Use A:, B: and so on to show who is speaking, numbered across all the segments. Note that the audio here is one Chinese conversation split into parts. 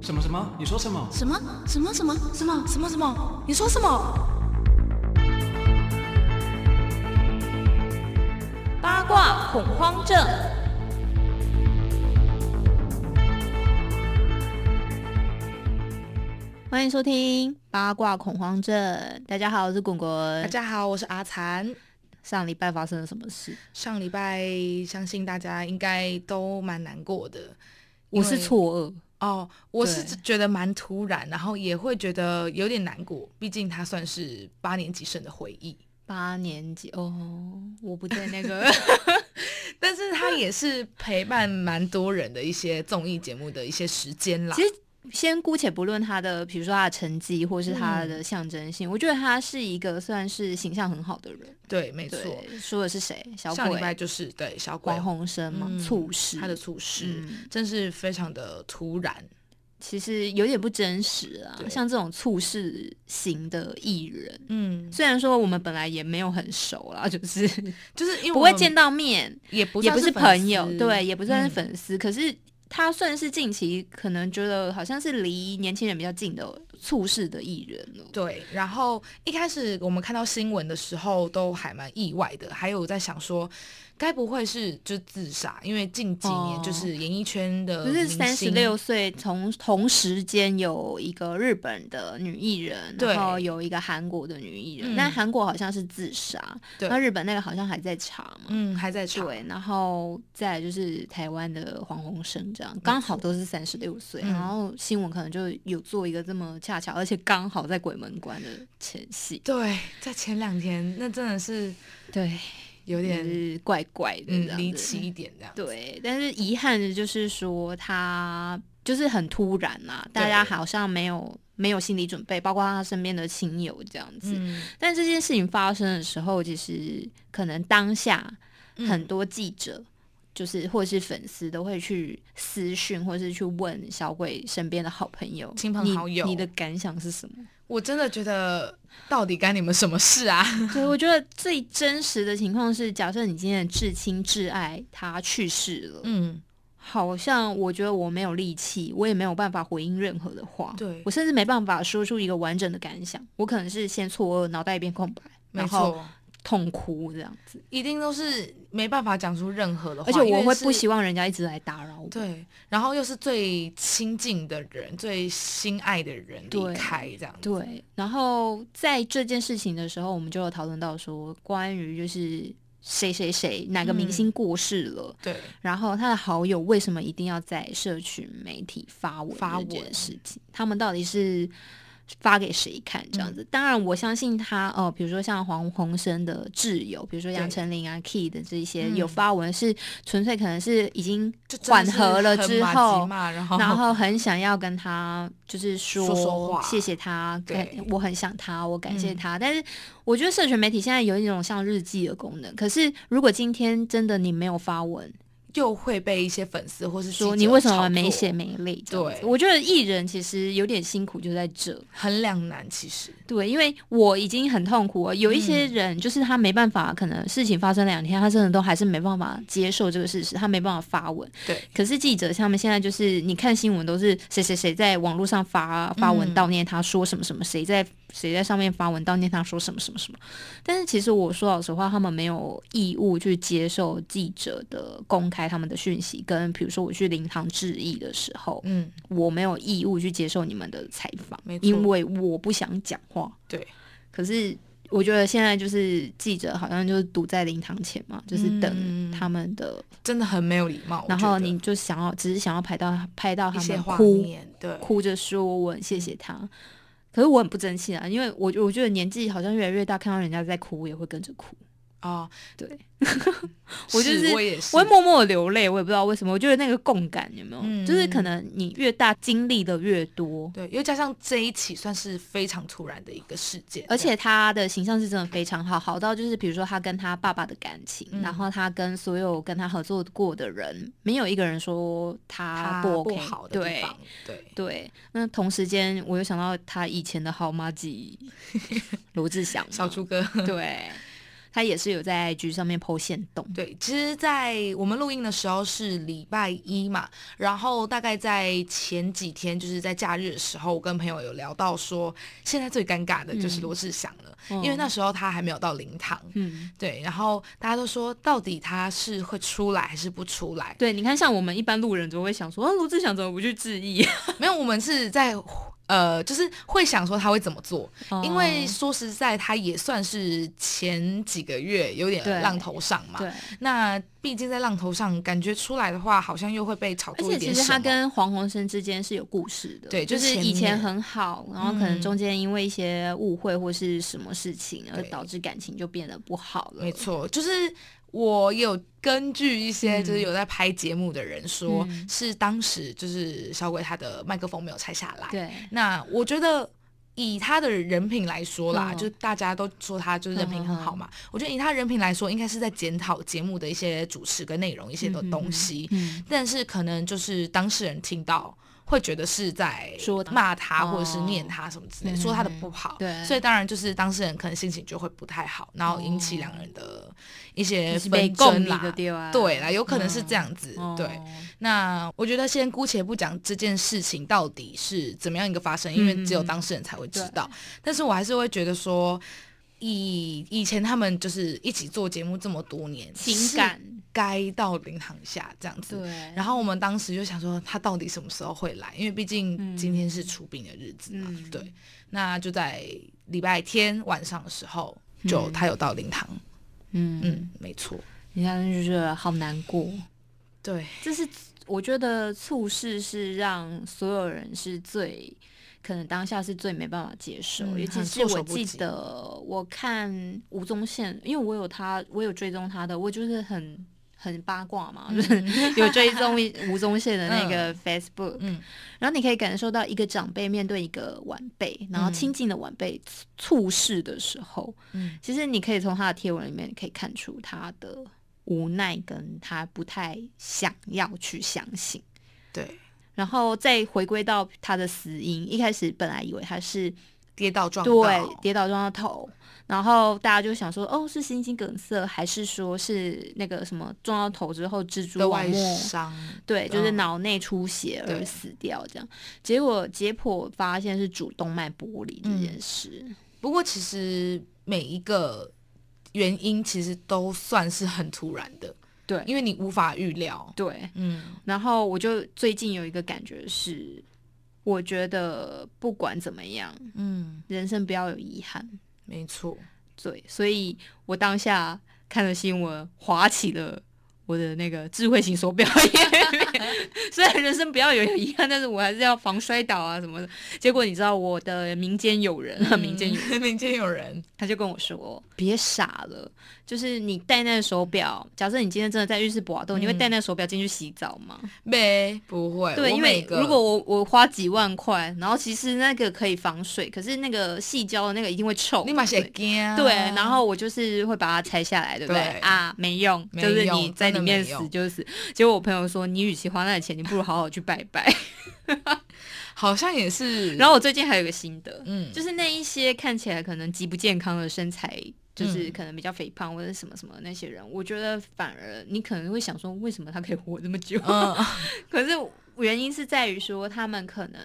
A: 什么什么？你说什么？
B: 什么什么什么什么什么什么？你说什么？
C: 八卦恐慌症。
D: 欢迎收听八卦恐慌症。大家好，我是滚
E: 大
D: 滚。
E: 家好，我是阿残。
D: 上礼拜发生了什么事？
E: 上礼拜相信大家应该都蛮难过的
D: 我
E: 因为
D: 是错愕，
E: 哦，我是
D: 对
E: 觉得蛮突然，然后也会觉得有点难过，毕竟它算是八年级生的回忆，
D: 八年级哦，我不在那个
E: 但是它也是陪伴蛮多人的一些综艺节目的一些时间 啦
D: 其。实先姑且不论他的，比如说他的成绩或是他的象征性，我觉得他是一个算是形象很好的人。
E: 对，没错。
D: 对，说的是谁？小
E: 上礼拜
D: 鬼
E: 就是对小鬼
D: 王洪生嘛，
E: 嗯
D: 促使
E: 他的猝逝，
D: 嗯
E: 真是非常的突然。
D: 其实有点不真实啊。
E: 对
D: 像这种促使型的艺人，
E: 嗯，
D: 虽然说我们本来也没有很熟啦，就是
E: 就是因为
D: 不会
E: 我们
D: 见，到面，
E: 也不
D: 也
E: 算
D: 不是
E: 粉丝
D: 朋友，对，也不算是
E: 嗯
D: 粉丝，可是。他算是近期可能觉得好像是离年轻人比较近的促使的艺人了，
E: 对，然后一开始我们看到新闻的时候都还蛮意外的，还有在想说，该不会是就自杀？因为近几年
D: 哦
E: 就是演艺圈的
D: 不是
E: 明
D: 三十
E: 星
D: 六岁，同同时间有一个日本的女艺人，
E: 对
D: 然后有一个韩国的女艺人，
E: 嗯
D: 但韩国好像是自杀，
E: 对
D: 那日本那个好像还在查嘛。
E: 嗯还在查，
D: 对，然后再来就是台湾的黄鸿升这样，刚好都是三十六岁，
E: 嗯
D: 然后新闻可能就有做一个这么恰巧，而且刚好在鬼门关的前夕，
E: 对，在前两天那真的是
D: 对，
E: 有
D: 就
E: 点
D: 是怪怪的这
E: 嗯
D: 样
E: 离
D: 子
E: 奇一点这样，
D: 对，但是遗憾的就是说他就是很突然呐、大家好像没有没有心理准备，包括他身边的亲友这样子。
E: 嗯，
D: 但这件事情发生的时候，其实可能当下
E: 嗯
D: 很多记者。就是或是粉丝都会去私讯，或是去问小鬼身边的好朋友、
E: 亲朋
D: 你
E: 好友
D: 你的感想是什么？
E: 我真的觉得到底干你们什么事啊？
D: 对，我觉得最真实的情况是，假设你今天的至亲至爱他去世了，
E: 嗯，
D: 好像我觉得我没有力气，我也没有办法回应任何的话，
E: 对
D: 我甚至没办法说出一个完整的感想。我可能是先错愕，脑袋一片空白，
E: 没
D: 然后
E: 错，
D: 痛哭这样子，
E: 一定都是没办法讲出任何的话，
D: 而且
E: 因
D: 我
E: 为
D: 会
E: 哦是
D: 不希望人家一直来打扰我。
E: 对，然后又是最亲近的人、最心爱的人
D: 对
E: 离开这样子。
D: 对，然后在这件事情的时候，我们就有讨论到说，关于就是谁谁谁哪个明
E: 嗯
D: 星过世了，
E: 对
D: 然后他的好友为什么一定要在社群媒体发文
E: 发
D: 这件
E: 文
D: 事情？他们到底是发给谁看这样
E: 嗯
D: 子？当然，我相信他哦、呃比如说像黄鸿升的挚友，比如说杨
E: 对
D: 丞琳啊、Key 的这些
E: 嗯
D: 有发文，是纯粹可能是已经
E: 就真的
D: 缓
E: 是
D: 和了
E: 很
D: 之
E: 马吉
D: 后。
E: 嘛然 后
D: 然后很想要跟他，就是说
E: 说说话
D: 谢谢他，感
E: 对
D: 我很想他，我感谢
E: 嗯
D: 他。但是我觉得社群媒体现在有一种像日记的功能，可是如果今天真的你没有发文，
E: 又会被一些粉丝或是
D: 说
E: 记
D: 你
E: 者
D: 为什么
E: 炒
D: 没
E: 作
D: 血没泪？这样子
E: 对
D: 我觉得艺人其实有点辛苦就在这，
E: 很两难，其实
D: 对，因为我已经很痛苦了。有一些
E: 嗯
D: 人就是他没办法，可能事情发生两天，他真的都还是没办法接受这个事实，他没办法发文。
E: 对，
D: 可是记者他们现在就是你看新闻都是谁谁谁在网络上发发文
E: 嗯
D: 悼念他说什么什么，谁在谁在上面发文悼念他说什么什么什么。但是其实我说老实话，他们没有义务去接受记者的公开他们的讯息，跟比如说我去灵堂致意的时候，
E: 嗯，
D: 我没有义务去接受你们的采访
E: 没，错
D: 因为我不想讲话。
E: 对，
D: 可是我觉得现在就是记者好像就是堵在灵堂前嘛，就是等
E: 嗯
D: 他们的，
E: 真的很没有礼貌。我
D: 然
E: 觉
D: 后
E: 得
D: 你就想要只是想要拍到拍到
E: 一
D: 他
E: 些
D: 们
E: 画
D: 哭
E: 面，对，
D: 哭着说我很谢谢他。可是我很不争气啊，因为我我觉得年纪好像越来越大，看到人家在哭，我也会跟着哭。
E: 哦，
D: 对，我就是
E: 我也是，
D: 我会默默地流泪，我也不知道为什么。我觉得那个共感有没有，
E: 嗯
D: 就是可能你越大经历的越多，
E: 对，又加上这一起算是非常突然的一个事件，
D: 而且他的形象是真的非常好，好到就是比如说他跟他爸爸的感情，
E: 嗯
D: 然后他跟所有跟他合作过的人，没有一个人说他
E: 他
D: 不 OK，
E: 不好的地
D: 对
E: 方，对，
D: 对。那同时间，我又想 到他以前的好妈吉罗志祥嘛，
E: 小猪哥，
D: 对。他也是有在 IG 上面 PO 线动。
E: 对，其实，在我们录音的时候是礼拜一嘛，然后大概在前几天，就是在假日的时候，我跟朋友有聊到说，现在最尴尬的就是罗志祥了，
D: 嗯
E: 因为那时候他还没有到灵堂，
D: 嗯，
E: 对，然后大家都说到底他是会出来还是不出来？
D: 对，你看，像我们一般路人就会想说，啊，罗志祥怎么不去致意？
E: 没有，我们是在呃，就是会想说他会怎么做，
D: 哦
E: 因为说实在，他也算是前几个月有点
D: 对
E: 浪头上嘛。
D: 对，
E: 那毕竟在浪头上，感觉出来的话，好像又会被炒
D: 而
E: 作
D: 且
E: 一
D: 其
E: 点
D: 实
E: 什
D: 他
E: 么。
D: 跟黄鸿升之间是有故事的，
E: 对
D: 就
E: 就是前
D: 以前
E: 面
D: 很好，然后可能
E: 嗯
D: 中间因为一些误会或是什么事情，而
E: 对
D: 导致感情就变得不好了。
E: 没错，就是我有根据一些就是有在拍节目的人说，
D: 嗯
E: 是当时就是小鬼他的麦克风没有拆下来。
D: 对，
E: 那我觉得。以他的人品来说啦，
D: 嗯
E: 就大家都说他就是人品很好嘛。我觉得以他人品来说，应该是在检讨节目的一些主持跟内容一些的东西，
D: 嗯，
E: 但是可能就是当事人听到会觉得是在
D: 说他
E: 骂他
D: 哦
E: 或者是念他什么之类，
D: 嗯
E: 说他的不好。
D: 对
E: 所以当然就是当事人可能心情就会不太好，然后引起两人的一些
D: 就是哦被
E: 纷
D: 共
E: 争
D: 理的
E: 啦。
D: 对啊，
E: 对啦，有可能是这样子。
D: 嗯，
E: 对，
D: 哦
E: 那我觉得先姑且不讲这件事情到底是怎么样一个发生，因
D: 嗯
E: 为只有当事人才会知道。但是我还是会觉得说，以以前他们就是一起做节目这么多年，
D: 情感
E: 该到灵堂下这样子。
D: 对，
E: 然后我们当时就想说，他到底什么时候会来？因为毕竟今天是出殡的日子嘛，
D: 嗯
E: 对。那就在礼拜天晚上的时候，就他有到灵堂，
D: 嗯
E: 嗯，没错，
D: 你看就觉得好难过。
E: 对，
D: 这是我觉得猝逝是让所有人是最可能当下是最没办法接受，
E: 嗯
D: 尤其
E: 很
D: 是
E: 措手
D: 我
E: 不
D: 记
E: 及
D: 得呃我看吴宗宪，因为我有他，我有追踪他的，我就是很。很八卦嘛，就是 有追 踪吴宗宪的那个 Facebook，、
E: 嗯
D: 然后你可以感受到一个长辈面对一个晚辈，然后亲近的晚辈猝猝逝的时候，
E: 嗯
D: 其实你可以从他的贴文里面可以看出他的无奈，跟他不太想要去相信。
E: 对，
D: 然后再回归到他的死因，一开始本来以为他是
E: 跌倒撞到，
D: 对跌倒撞到头，然后大家就想说，哦，是心肌梗塞，还是说是那个什么撞到头之后蜘蛛
E: 的
D: 网
E: 外
D: 膜
E: 伤，
D: 对，就是
E: 嗯
D: 脑内出血而
E: 对
D: 死掉这样。结果解剖发现是主动脉剥离这
E: 嗯
D: 件事，
E: 不过其实每一个原因其实都算是很突然的，
D: 对
E: 因为你无法预料，
D: 对。
E: 嗯
D: 然后我就最近有一个感觉是，我觉得不管怎么样，
E: 嗯，
D: 人生不要有遗憾。
E: 没 错，
D: 对，所以我当下看了新闻，划起了我的那个智慧型手表 虽然人生不要有遗憾，但是我还是要防摔倒啊什么的。结果你知道我的民间友人，民间友人
E: 有民间有人，
D: 他就跟我说：“别傻了，就是你戴那个手表，假设你今天真的在浴室搏斗，你会戴那个手表进去洗澡吗？
E: 没不会，
D: 对，
E: 嗯我
D: 因
E: 每
D: 为
E: 个
D: 如果我我花几万块，然后其实那个可以防水，可是那个细胶的那个一定会臭，
E: 你嘛是
D: 对
E: 会惊啊，
D: 对，然后我就是会把它拆下来，对不对？
E: 对
D: 啊，没用，
E: 没
D: 就是
E: 用
D: 你在里
E: 真的没
D: 面死
E: 用
D: 就是死。结果我朋友说，你与其花那个钱，你不如好好去拜 拜。
E: 好像也是，
D: 然后我最近还有一个心得，
E: 嗯，
D: 就是那一些看起来可能极不健康的身材，就是
E: 嗯
D: 可能比较肥胖或者什么什么的那些人，我觉得反而你可能会想说，为什么他可以活这么久？
E: 嗯，
D: 可是原因是在于说，他们可能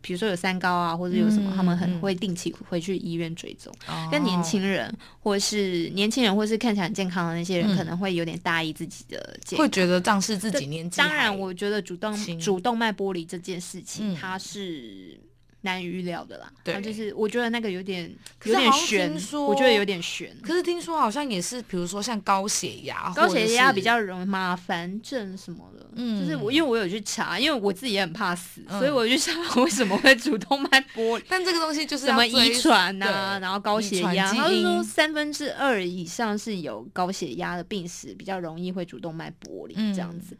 D: 比如说有三高啊，或者有什么，
E: 嗯
D: 他们很
E: 嗯
D: 会定期回去医院追踪。
E: 哦
D: 跟年轻人，或是年轻人，或是看起来很健康的那些人，
E: 嗯
D: 可能会有点大意自己的健
E: 哦会
D: 康。
E: 觉得仗是自己年纪还，
D: 当然，我觉得主动
E: 轻
D: 主动脉剥离这件事情，
E: 嗯
D: 它是难以预料的啦。
E: 对
D: 它就是我觉得那个有点
E: 可
D: 有
E: 是
D: 点
E: 好像
D: 悬
E: 听，说
D: 我觉得有点悬。
E: 可是听说好像也是，比如说像高血压，
D: 高血压
E: 或者是
D: 比较容易麻烦症什么的，
E: 嗯
D: 就是我因为我有去查，因为我自己也很怕死，
E: 嗯
D: 所以我去查 为什么会主动脉剥离。
E: 但这个东西就是
D: 什么
E: 要追
D: 遗传呐、
E: 对
D: 然后高血
E: 遗
D: 压，
E: 传基
D: 他是说
E: 因
D: 三分之二以上是有高血压的病史，比较容易会主动脉剥离
E: 嗯
D: 这样子。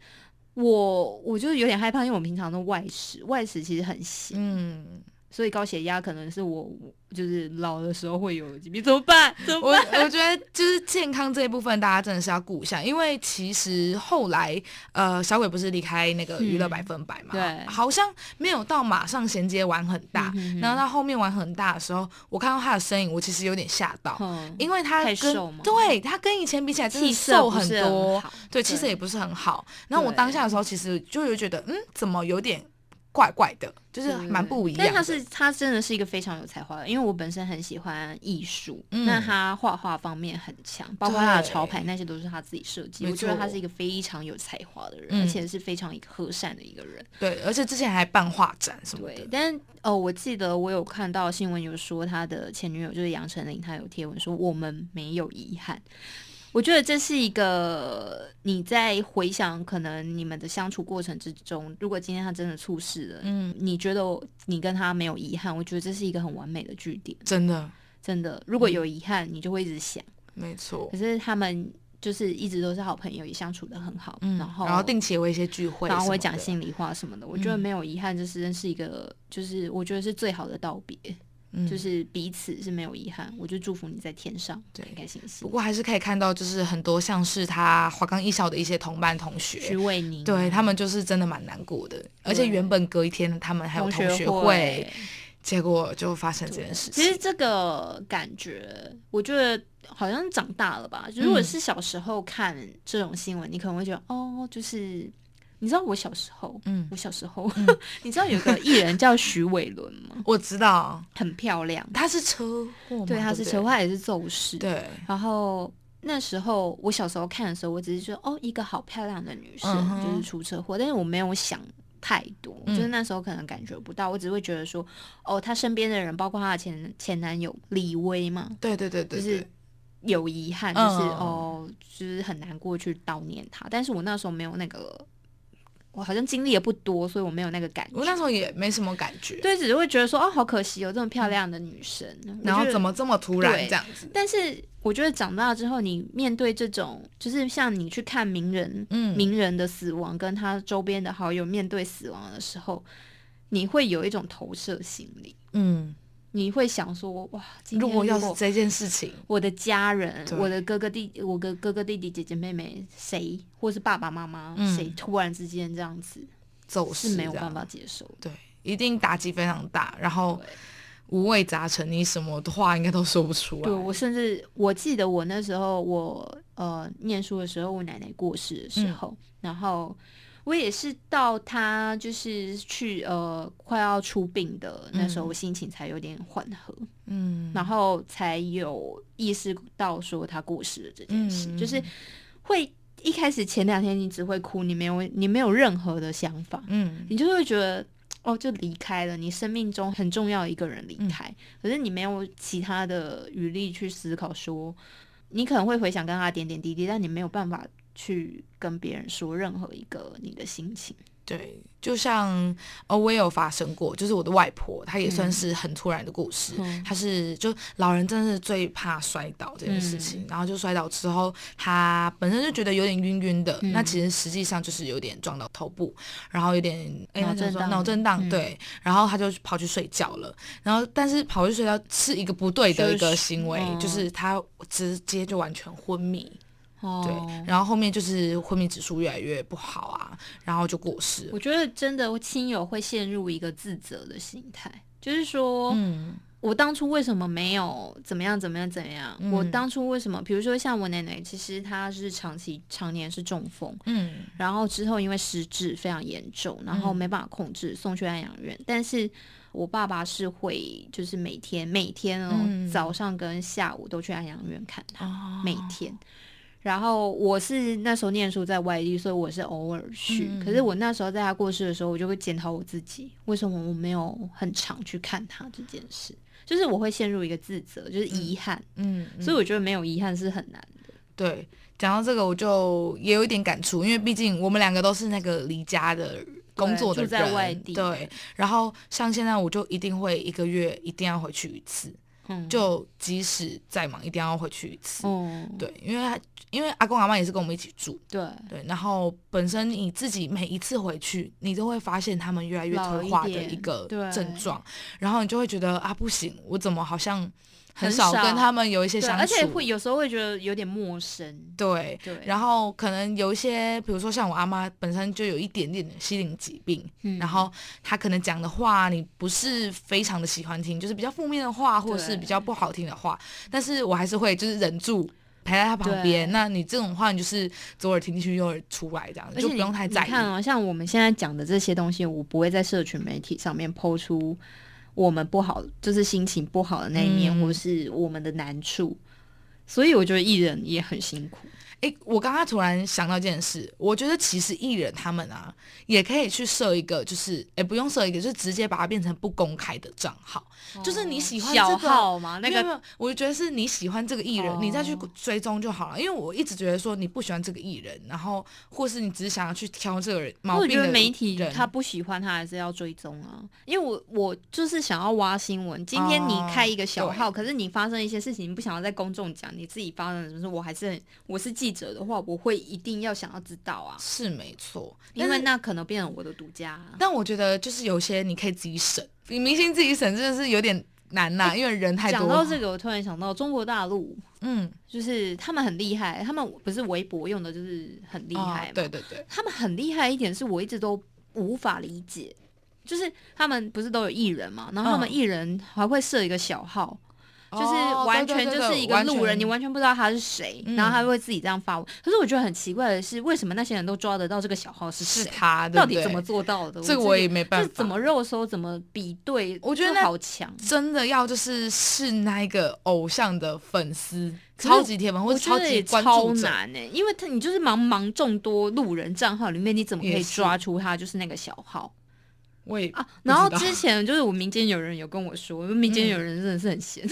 D: 我我就有点害怕，因为我平常都外食，外食其实很咸，
E: 嗯，
D: 所以高血压可能是我就是老的时候会有的疾病，怎么办？怎么
E: 我
D: 办？
E: 我觉得就是健康这一部分，大家真的是要顾一下，因为其实后来呃，小鬼不是离开那个娱乐百分百嘛，
D: 嗯对嗯
E: 好像没有到马上衔接玩很大，然后到后面玩很大的时候，我看到他的身影，我其实有点吓到。
D: 嗯
E: 因为他
D: 太
E: 跟
D: 瘦吗
E: 对他跟以前比起来，真的
D: 气色
E: 瘦
D: 不
E: 很
D: 是啊
E: 多，
D: 好
E: 对，气色也不是很好。然后我当下的时候，其实就有觉得，嗯，怎么有点怪怪的，就是蛮不一样
D: 嗯但
E: 的。
D: 他是他真的是一个非常有才华的，因为我本身很喜欢艺术，
E: 嗯
D: 那他画画方面很强，包括他的
E: 对
D: 潮牌那些都是他自己设计。
E: 没
D: 我
E: 错
D: 觉得他是一个非常有才华的人，
E: 嗯
D: 而且是非常和善的一个人。
E: 对，而且之前还办画展什么
D: 对
E: 的，，
D: 但哦，我记得我有看到新闻有说他的前女友就是杨丞琳，她有贴文说我们没有遗憾。我觉得这是一个你在回想可能你们的相处过程之中，如果今天他真的猝逝了，
E: 嗯，
D: 你觉得你跟他没有遗憾，我觉得这是一个很完美的句点，
E: 真的
D: 真的。如果
E: 嗯
D: 有遗憾，你就会一直想。
E: 没错
D: 可。是他们就是一直都是好朋友，也相处的很好，
E: 嗯，
D: 然后
E: 然后定期也会一些聚会，
D: 然后会讲，心里话什么的。我觉得
E: 嗯
D: 没有遗憾，这是真是一个，就是我觉得是最好的道别，
E: 嗯
D: 就是彼此是没有遗憾。我就祝福你在天上
E: 对
D: 开开心
E: 不
D: 心。
E: 过还是可以看到，就是很多像是他华冈艺校的一些同班同
D: 徐
E: 学。
D: 伟宁，
E: 对他们就是真的蛮难过的，而且原本隔一天他们还有
D: 同
E: 同学
D: 会
E: 会，，结果就发生这件事
D: 其实
E: 情。
D: 这个感觉，我觉得好像长大了吧。就如果
E: 嗯
D: 是小时候看这种新闻，你可能会觉得哦，就是你知道我小时候，
E: 嗯
D: 我小时候， 你知道有个艺人叫徐伟伦吗？
E: 我知道
D: 很漂亮，
E: 他是车祸嘛，
D: 对，她
E: 他
D: 是球，她也是奏士，。
E: 对，
D: 然后那时候我小时候看的时候，我只是觉得哦，一个好漂亮的女生、
E: 嗯哼
D: 就是出车祸，但是我没有想。太多，
E: 嗯
D: 就是那时候可能感觉不到，我只会觉得说，哦，她身边的人，包括她的前前男友李威嘛，
E: 对对对对，
D: 就是
E: 对
D: 有遗憾，就
E: 嗯
D: 是、哦，就是很难过去悼念他。但是我那时候没有那个，我好像经历也不多，所以我没有那个感觉。
E: 我那时候也没什么感觉，
D: 对，只是会觉得说，哦，好可惜，有这么漂亮的女生，我
E: 然后
D: 觉得
E: 怎么这么突然
D: 对
E: 这样子？
D: 但是我觉得长大之后，你面对这种，就是像你去看名人，
E: 嗯
D: 名人的死亡跟他周边的好友面对死亡的时候，你会有一种投射心理，
E: 嗯，
D: 你会想说，哇，今天
E: 如
D: 如果
E: 果要是这件事情，
D: 我的家人
E: 对，
D: 我的哥哥弟，我的哥哥弟弟、姐姐妹妹，谁，或是爸爸妈妈，
E: 嗯
D: 谁突然之间这样子，
E: 走
D: 是
E: 势
D: 没有
E: 这样
D: 办法接受的。
E: 对，一定打击非常大，然后
D: 对
E: 五味杂陈，你什么话应该都说不出来。
D: 对我甚至我记得我那时候我呃念书的时候，我奶奶过世的时
E: 嗯
D: 候，然后我也是到她就是去呃快要出殡的那时候，
E: 嗯
D: 我心情才有点缓和，
E: 嗯，
D: 然后才有意识到说她过世的这件事，
E: 嗯
D: 就是会一开始前两天你只会哭，你没有你没有任何的想法，
E: 嗯，
D: 你就会觉得哦，就离开了，你生命中很重要的一个人离开，
E: 嗯
D: 可是你没有其他的余力去思考说，你可能会回想跟他的点点滴滴，但你没有办法去跟别人说任何一个你的心情。
E: 对，就像哦，我也有发生过，就是我的外婆，她也算是很突然的故事。
D: 嗯
E: 她是就老人真的是最怕摔倒这件事情，
D: 嗯
E: 然后就摔倒之后，她本身就觉得有点晕晕
D: 嗯
E: 的，那其实实际上就是有点撞到头部，然后有点哎，
D: 脑
E: 她讲
D: 震
E: 说
D: 荡
E: 脑震荡，
D: 嗯
E: 对，然后她就跑去睡觉了。然后但是跑去睡觉是一个不对的一
D: 就
E: 个
D: 是
E: 行为，
D: 哦
E: 就是她直接就完全昏迷。
D: 哦
E: 对，然后后面就是昏迷指数越来越不好啊，然后就过世了
D: 我。觉得真的亲友会陷入一个自责的心态，就是说，
E: 嗯
D: 我当初为什么没有怎么样怎么样怎么样？
E: 嗯
D: 我当初为什么？比如说像我奶奶，其实她是长期常年是中风，
E: 嗯
D: 然后之后因为失智非常严重，然后没办法控制，送去安养院。但是我爸爸是会，就是每天每天哦，
E: 嗯
D: 早上跟下午都去安养院看他，
E: 哦
D: 每天。然后我是那时候念书在外地，所以我是偶尔去。
E: 嗯
D: 可是我那时候在他过世的时候，我就会检讨我自己，为什么我没有很常去看他这件事。就是我会陷入一个自责，就是遗憾，
E: 嗯，嗯
D: 所以我觉得没有遗憾是很难的。
E: 对，讲到这个我就也有一点感触，因为毕竟我们两个都是那个离家的工作的
D: 对
E: 人，
D: 住在外地
E: 对。然后像现在我就一定会一个月一定要回去一次，
D: 嗯
E: 就即使再忙，一定要回去一次。
D: 哦，
E: 对，因为他因为阿公阿妈也是跟我们一起住，
D: 对，
E: 对，然后本身你自己每一次回去，你都会发现他们越来越
D: 老
E: 退
D: 一
E: 化的
D: 点
E: 一个
D: 对
E: 症状，然后你就会觉得啊，不行，我怎么好像很
D: 很
E: 少
D: 少
E: 跟他们有一些
D: 对，
E: 相处，
D: 而且会有时候会觉得有点陌生，
E: 对。
D: 对，
E: 然后可能有一些，比如说像我阿妈本身就有一点点的心灵疾病，
D: 嗯
E: 然后她可能讲的话你不是非常的喜欢听，就是比较负面的话或者是
D: 对
E: 比较不好听的话，但是我还是会就是忍住陪在她旁边。
D: 对
E: 那你这种话，你就是左耳听进去右耳出来这样，
D: 而且
E: 就不
D: 你
E: 用太在意。
D: 你看哦，像我们现在讲的这些东西，我不会在社群媒体上面抛出我们不好，就是心情不好的那一面，
E: 嗯
D: 或是我们的难处。所以我觉得艺人也很辛苦，
E: 诶，我刚刚突然想到一件事，我觉得其实艺人他们啊，也可以去设一个，就是诶，不用设一个，就是直接把它变成不公开的账号，就是你喜欢这
D: 小
E: 个
D: 号嘛，啊那
E: 没有没
D: 个
E: 有，我就觉得是你喜欢这个艺人，你再去
D: 哦
E: 追踪就好了。因为我一直觉得说你不喜欢这个艺人，然后或是你只是想要去挑这个人毛
D: 我
E: 病
D: 觉
E: 的
D: 得
E: 人。
D: 媒体他不喜欢，他还是要追踪啊，因为我我就是想要挖新闻。今天你
E: 哦
D: 开一个小
E: 对
D: 号，可是你发生一些事情，你不想要在公众讲，你自己发生了什么事，我还是很我是记者的话，我会一定要想要知道啊，
E: 是没错，
D: 因
E: 但
D: 为
E: 是
D: 那可能变成我的独家啊、
E: 但我觉得就是有些你可以自己审，比明星自己审真的是有点难呐、因为人太多。
D: 哎讲到这个，我突然想到中国大陆，
E: 嗯，
D: 就是他们很厉害，他们不是微博用的就是很厉害嘛、
E: 哦对对对，
D: 他们很厉害一点是我一直都无法理解，就是他们不是都有艺人嘛，然后他们
E: 嗯
D: 艺人还会设一个小号。就是
E: 哦
D: 完
E: 对对
D: 全
E: 对
D: 就是
E: 对
D: 一个路人，
E: 完全
D: 你完全不知道他是谁，
E: 嗯
D: 然后他会自己这样发文。可是我觉得很奇怪的是，为什么那些人都抓得到这个小号是
E: 是
D: 谁？
E: 他，对
D: 到
E: 不
D: 底
E: 对
D: 怎么做到的？
E: 这个
D: 真
E: 我
D: 的
E: 也没办
D: 就是
E: 法。
D: 怎么肉搜，怎么比对，
E: 我觉得
D: 就
E: 那
D: 好强。
E: 真的要就是是那一个偶像的粉丝，
D: 可是
E: 超级铁粉或
D: 我
E: 者
D: 觉
E: 超
D: 得
E: 级
D: 也
E: 关
D: 超
E: 注者，
D: 难呢、因为他你就是茫茫众多路人账号里面，你怎么可
E: 也
D: 以
E: 是
D: 抓出他就是那个小号
E: 我也
D: 啊？然后
E: 不知道
D: 之前就是我民间有人有跟我说，民间有人真的是很 闲，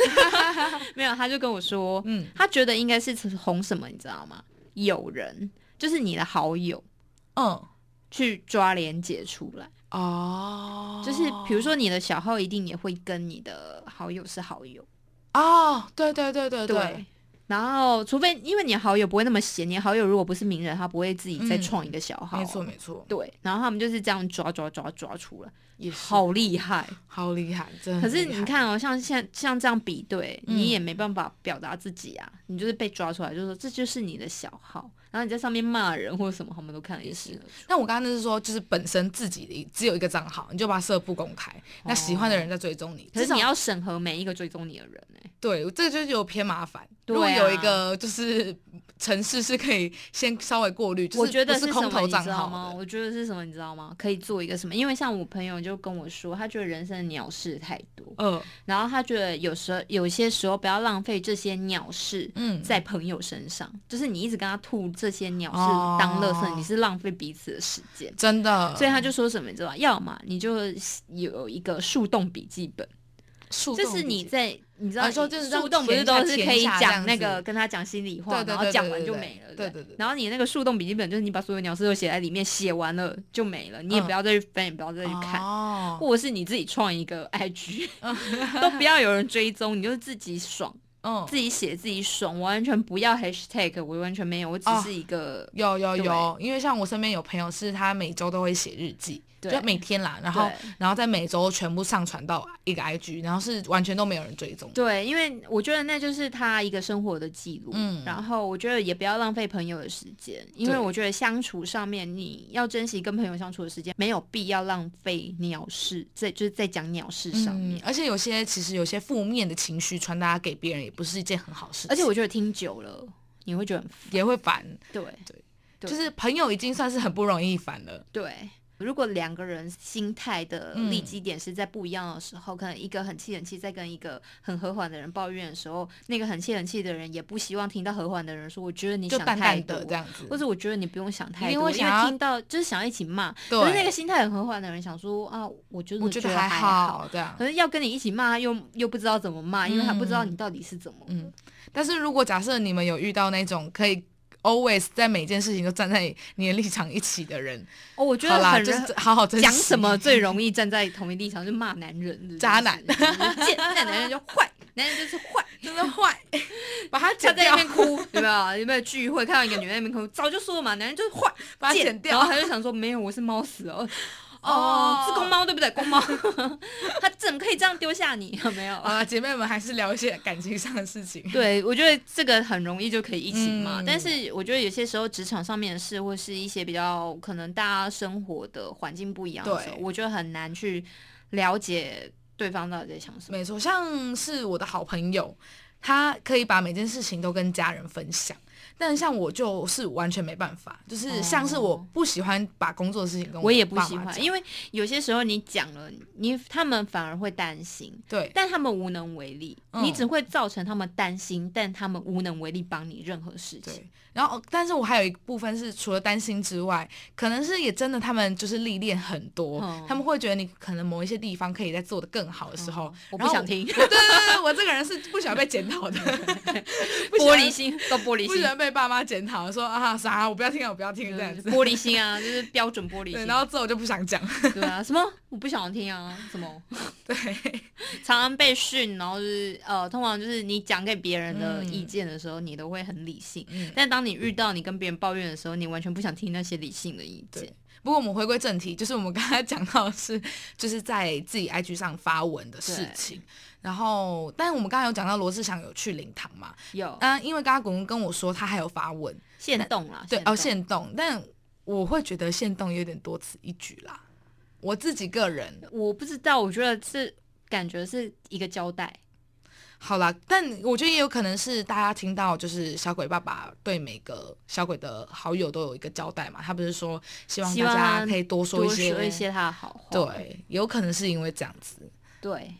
D: 没有他就跟我说，
E: 嗯
D: 他觉得应该是红什么，你知道吗？友人就是你的好友
E: 嗯
D: 去抓连接出来，
E: 哦，
D: 就是比如说你的小号一定也会跟你的好友是好友，
E: 哦，对对对对
D: 对。然后，除非因为你的好友不会那么闲，你的好友如果不是名人，他不会自己再
E: 嗯
D: 创一个小号啊、
E: 没错没错，
D: 对，然后他们就是这样抓抓抓抓出来，
E: 也是
D: 好厉害。
E: 好厉害，真的。
D: 可是你，看哦，像现像这样比对，
E: 嗯
D: 你也没办法表达自己啊，你就是被抓出来，就说这就是你的小号，然后你在上面骂人或者什么，他们都看得一清二楚。
E: 那我刚刚就是说，就是本身自己的一只有一个账号，你就把它设不公开，那喜欢的人在追踪你，
D: 哦可
E: 至
D: 是
E: 少
D: 你要审核每一个追踪你的人哎、
E: 对这个就是有偏麻烦。
D: 对
E: 如果有
D: 啊
E: 一个就是城市是可以先稍微过滤，就是
D: 我觉得
E: 不是
D: 什
E: 空
D: 么，
E: 头
D: 你
E: 账
D: 知道
E: 号
D: 吗？
E: 的，
D: 我觉得是什么，你知道吗？可以做一个什么？因为像我朋友就跟我说，他觉得人生的鸟事太多，
E: 呃
D: 然后他觉得有时候有些时候不要浪费这些鸟事，
E: 嗯
D: 在朋友身上，就是你一直跟他吐这些鸟
E: 哦
D: 是当乐色，你是浪费彼此的时间。
E: 真的，
D: 所以他就说什么，你知道吧？要么你就有一个树洞笔记本，
E: 树
D: 就
E: 洞
D: 是你
E: 笔记
D: 在你知道
E: 啊说就是这样
D: 树洞不是都是可以讲那
E: 填一下这样
D: 个
E: 子
D: 跟他讲心里话，
E: 对对对
D: 然后讲完就没了。
E: 对对对对
D: 不
E: 对对
D: 然后你那个树洞笔记本就是你把所有鸟事都写在里面，写完了就没了，你也
E: 嗯
D: 不要再去翻，也不要再去看。
E: 哦，
D: 或者是你自己创一个 IG，都不要有人追踪，你就自己爽，
E: 嗯
D: 自己写自己爽，我完全不要 hashtag，我完全没有，我只
E: 哦
D: 是一个、
E: 有有
D: 对
E: 有，因为像我身边有朋友是他每周都会写日记，
D: 对
E: 就每天啦，然后
D: 对
E: 然后在每周全部上传到一个 IG，然后是完全都没有人追踪。
D: 对，因为我觉得那就是他一个生活的记录。
E: 嗯
D: 然后我觉得也不要浪费朋友的时间，因为
E: 对
D: 我觉得相处上面你要珍惜跟朋友相处的时间，没有必要浪费鸟事，在就是在讲鸟事上面。
E: 嗯，而且有些其实有些负面的情绪传达给别人也不是一件很好事情，
D: 而且我觉得听久了你会觉得很烦
E: 也会烦，
D: 对
E: 就
D: 对
E: 是朋友已经算是很不容易烦了。
D: 对。如果两个人心态的
E: 嗯
D: 立基点是在不一样的时候，可能一个很气很气，在跟一个很和缓的人抱怨的时候，那个很气很气的人也不希望听到和缓的人说：“我觉得你
E: 就
D: 想
E: 淡
D: 太
E: 淡
D: 多。
E: 的这样子，
D: 或者我觉得你不用想太
E: 一定
D: 多，
E: 会
D: 因
E: 想要
D: 为听到就是想要一起骂，
E: 对
D: 可是那个心态很和缓的人想说啊，我觉得
E: 我觉得
D: 还
E: 还好这样。
D: 可是要跟你一起骂，又又不知道怎么骂，因为他不知道你到底是怎么。
E: 嗯但是如果假设你们有遇到那种可以 always 在每件事情都站在你的立场一起的人，
D: 哦，我觉
E: 好
D: 得
E: 啦，
D: 很
E: 就
D: 人
E: 是好好珍惜
D: 讲什么最容易站在同一立场，就骂男人，
E: 渣男
D: 真的是贱，那男人就坏。男人 就是坏，
E: 真的坏，把它
D: 他
E: 剪
D: 在那
E: 掉，
D: 边哭， 有没有？有没有聚会看到一个女人在那边哭？早就说了嘛，男人就是坏，
E: 把它
D: 贱
E: 剪掉
D: 然后他就想说，没有，我是猫死了。
E: 哦
D: 哦，是公猫对不对？公猫， 他怎么可以这样丢下你？ 有没有？
E: 啊，姐妹们还是聊一些感情上的事情。
D: 对，我觉得这个很容易就可以一起嘛。
E: 嗯
D: 但是我觉得有些时候职场上面的事，或是一些比较可能大家生活的环境不一样的时候，
E: 对
D: 我觉得很难去了解对方到底在想什么。
E: 没错，像是我的好朋友，他可以把每件事情都跟家人分享，但像我就是完全没办法，就是像是我不喜欢把工作的事情跟
D: 我也不喜
E: 爸妈
D: 欢，
E: 讲
D: 因为有些时候你讲了，你他们反而会担心，
E: 对
D: 但他们无能为力，
E: 嗯
D: 你只会造成他们担心，但他们无能为力帮你任何事情。
E: 对，然后但是我还有一部分是除了担心之外，可能是也真的他们就是历练很多，
D: 嗯
E: 他们会觉得你可能某一些地方可以再做的更好的时候，
D: 我
E: 然
D: 不
E: 后
D: 想听，
E: 对对对，对我这个人是不喜欢被检讨的，不喜
D: 玻
E: 欢
D: 璃心，够玻璃
E: 不喜
D: 心，
E: 欢被爸妈检讨，说啊啥我不要听了，我不要听
D: 嗯
E: 这样 子。
D: 玻璃心啊，就是标准玻璃
E: 对，
D: 心。
E: 然后之后我就不想 讲。
D: 对 啊，什么我不想听啊，什 么
E: 对，
D: 常常被训，然后就是呃，通常就是你讲给别人的
E: 嗯
D: 意见的时候，你都会很理性，
E: 嗯
D: 但当你遇到你跟别人抱怨的时候，你完全不想听那些理性的意见
E: 对。不过我们回归正题，就是我们刚才讲到的是， 就是在自己 IG 上发文的事情。然后，但是我们刚才有讲到罗志祥有去灵堂嘛？
D: 有
E: 嗯、因为刚刚滚滚跟我说他还有发文，
D: 限动啦，
E: 对
D: 限动
E: 哦，限动，但我会觉得限动有点多此一举啦。我自己个人
D: 我不知道，我觉得是感觉是一个交代。
E: 好啦，但我觉得也有可能是大家听到就是小鬼爸爸对每个小鬼的好友都有一个交代嘛，他不是说希望
D: 希望
E: 大
D: 他
E: 家可以多说
D: 多
E: 一些，
D: 说一些他的好话。
E: 对，有可能是因为这样子。
D: 对，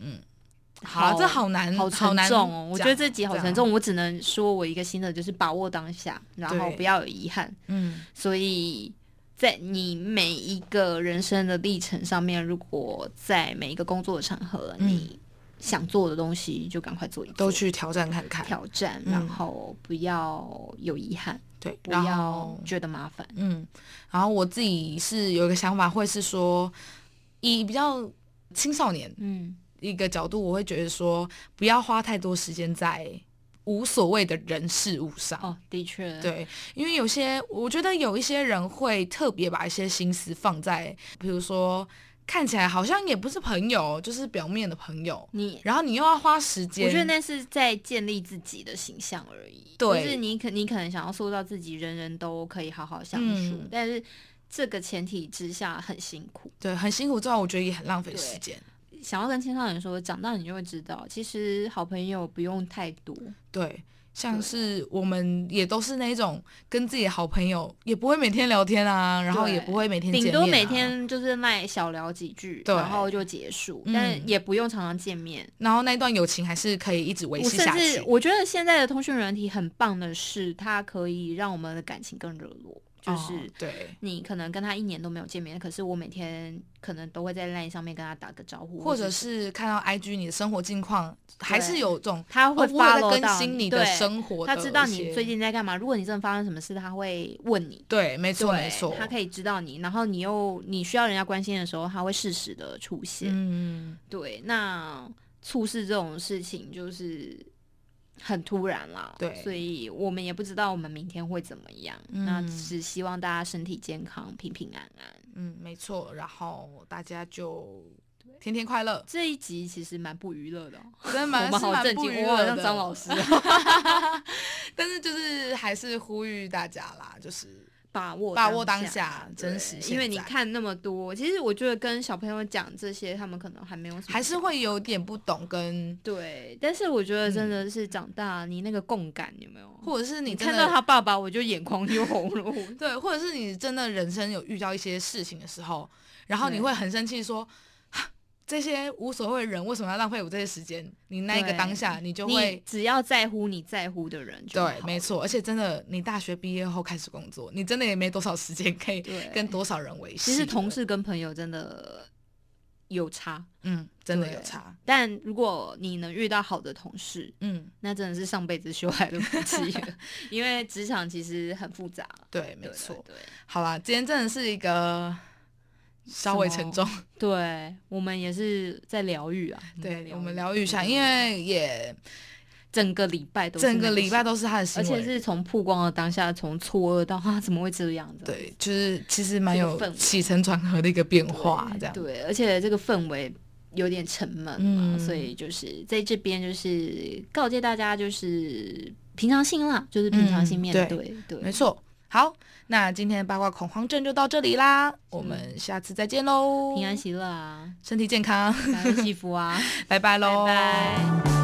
E: 好，
D: 好
E: 这好难，
D: 好沉
E: 难
D: 重哦！我觉得
E: 讲
D: 这集好
E: 对啊
D: 沉重，我只能说我一个新的就是把握当下，然后
E: 对
D: 不要有遗憾。
E: 嗯，
D: 所以在你每一个人生的历程上面，如果在每一个工作的场合，
E: 嗯
D: 你想做的东西就赶快做一做，
E: 都去挑战看看。
D: 挑战，
E: 嗯
D: 然后不要有遗憾，
E: 对，
D: 不
E: 然
D: 要
E: 后
D: 觉得麻烦。
E: 嗯，然后我自己是有一个想法，会是说，以比较青少年
D: 嗯，
E: 一个角度，我会觉得说，不要花太多时间在无所谓的人事物上。
D: 哦，的确，，
E: 对，因为有些我觉得有一些人会特别把一些心思放在，比如说看起来好像也不是朋友，就是表面的朋友，
D: 你
E: 然后你又要花时
D: 嗯
E: 间。
D: 我觉得那是在建立自己的形象而已。
E: 对
D: 就是你可你可能想要塑造自己，人人都可以好好相处，
E: 嗯
D: 但是这个前提之下很辛苦。
E: 对，很辛苦之外，我觉得也很浪费时间。
D: 想要跟青少年说，长大你就会知道，其实好朋友不用太多。
E: 对，像是我们也都是那种跟自己的好朋友，也不会每天聊天啊，然后也不会每天见
D: 顶
E: 面、啊，
D: 多每。天就是赖小聊几句，
E: 对
D: 然后就结束，
E: 嗯
D: 但也不用常常见面。
E: 然后那段友情还是可以一直维
D: 我
E: 系
D: 甚
E: 下
D: 至
E: 去。
D: 我觉得现在的通讯软体很棒的是，它可以让我们的感情更热络，就是、
E: 哦对，
D: 你可能跟他一年都没有见面，可是我每天可能都会在 LINE 上面跟他打个招呼，
E: 或者
D: 是
E: 是看到 IG 你的生活近况，还是有种
D: 他会
E: 哦我有在
D: follow
E: 更
D: 到
E: 新
D: 你
E: 你的
D: 对
E: 生活的
D: 他
E: 一些，
D: 知道你最近在干嘛。如果你真的发生什么事，他会问你。
E: 对，没错
D: 对
E: 没错，
D: 他可以知道你，然后你又你需要人家关心的时候，他会适时的出现。
E: 嗯，
D: 对，那猝事这种事情就是很突然啦，
E: 对
D: 所以我们也不知道我们明天会怎么样。
E: 嗯
D: 那只希望大家身体健康，平平安安。
E: 嗯，没错。然后大家就天天快乐，
D: 这一集其实蛮不娱乐的哦、
E: 真的蛮
D: 我们
E: 是
D: 好
E: 蛮
D: 震
E: 不
D: 惊
E: 娱
D: 我好
E: 乐
D: 像
E: 的
D: 张老 师
E: 但是就是还是呼吁大家啦，就是
D: 把握
E: 把握当
D: 下
E: 下，
D: 对
E: 珍惜现在
D: 因为你看那么多，其实我觉得跟小朋友讲这些，他们可能还没有什么，
E: 还是会有点不懂跟，
D: 对。但是我觉得真的是长大，你那个共感有没有？
E: 嗯或者是你
D: 你
E: 真
D: 看
E: 的
D: 到他爸爸，我就眼眶就红了。我
E: 对，或者是 你真的人生有遇到一些事情的时候，然后你
D: 对
E: 会很生气说。哈这些无所谓的人为什么要浪费我这些时间？你那一个
D: 对
E: 当下，你就
D: 你
E: 会
D: 只要在乎你在乎的人就好
E: 对，没错。而且真的，你大学毕业后开始工作，你真的也没多少时间可以
D: 对
E: 跟多少人维系。
D: 其实同，事跟朋友真的有差，
E: 嗯，真的
D: 对
E: 有差，
D: 但如果你能遇到好的同事，
E: 嗯，
D: 那真的是上辈子修来的福气 了，因为职场其实很复杂。
E: 对，没
D: 对
E: 错。
D: 对对
E: 好啦，今天真的是一个稍微沉重。
D: 对我们也是在疗愈啊，在
E: 对，
D: 愈
E: 我们疗愈一下，因为也
D: 整个礼拜都是
E: 整
D: 那
E: 个礼拜
D: 事，
E: 都是他的
D: 而
E: 新
D: 且
E: 闻，
D: 是从曝光的当下，从错愕到啊怎么会这样子？
E: 对，就是其实蛮有
D: 这个氛围
E: 起承转合的一个变化，这样。
D: 对，而且这个氛围有点沉闷嘛，
E: 嗯
D: 所以就是在这边就是告诫大家就是平常心啦，就是平常心
E: 嗯
D: 面
E: 对
D: 对，对，
E: 没错。好，那今天的八卦恐慌症就到这里啦，我们下次再见喽，
D: 嗯平安喜乐啊，
E: 身体健康，
D: 感恩幸福啊，
E: 拜
D: 拜
E: 拜喽，
D: 拜。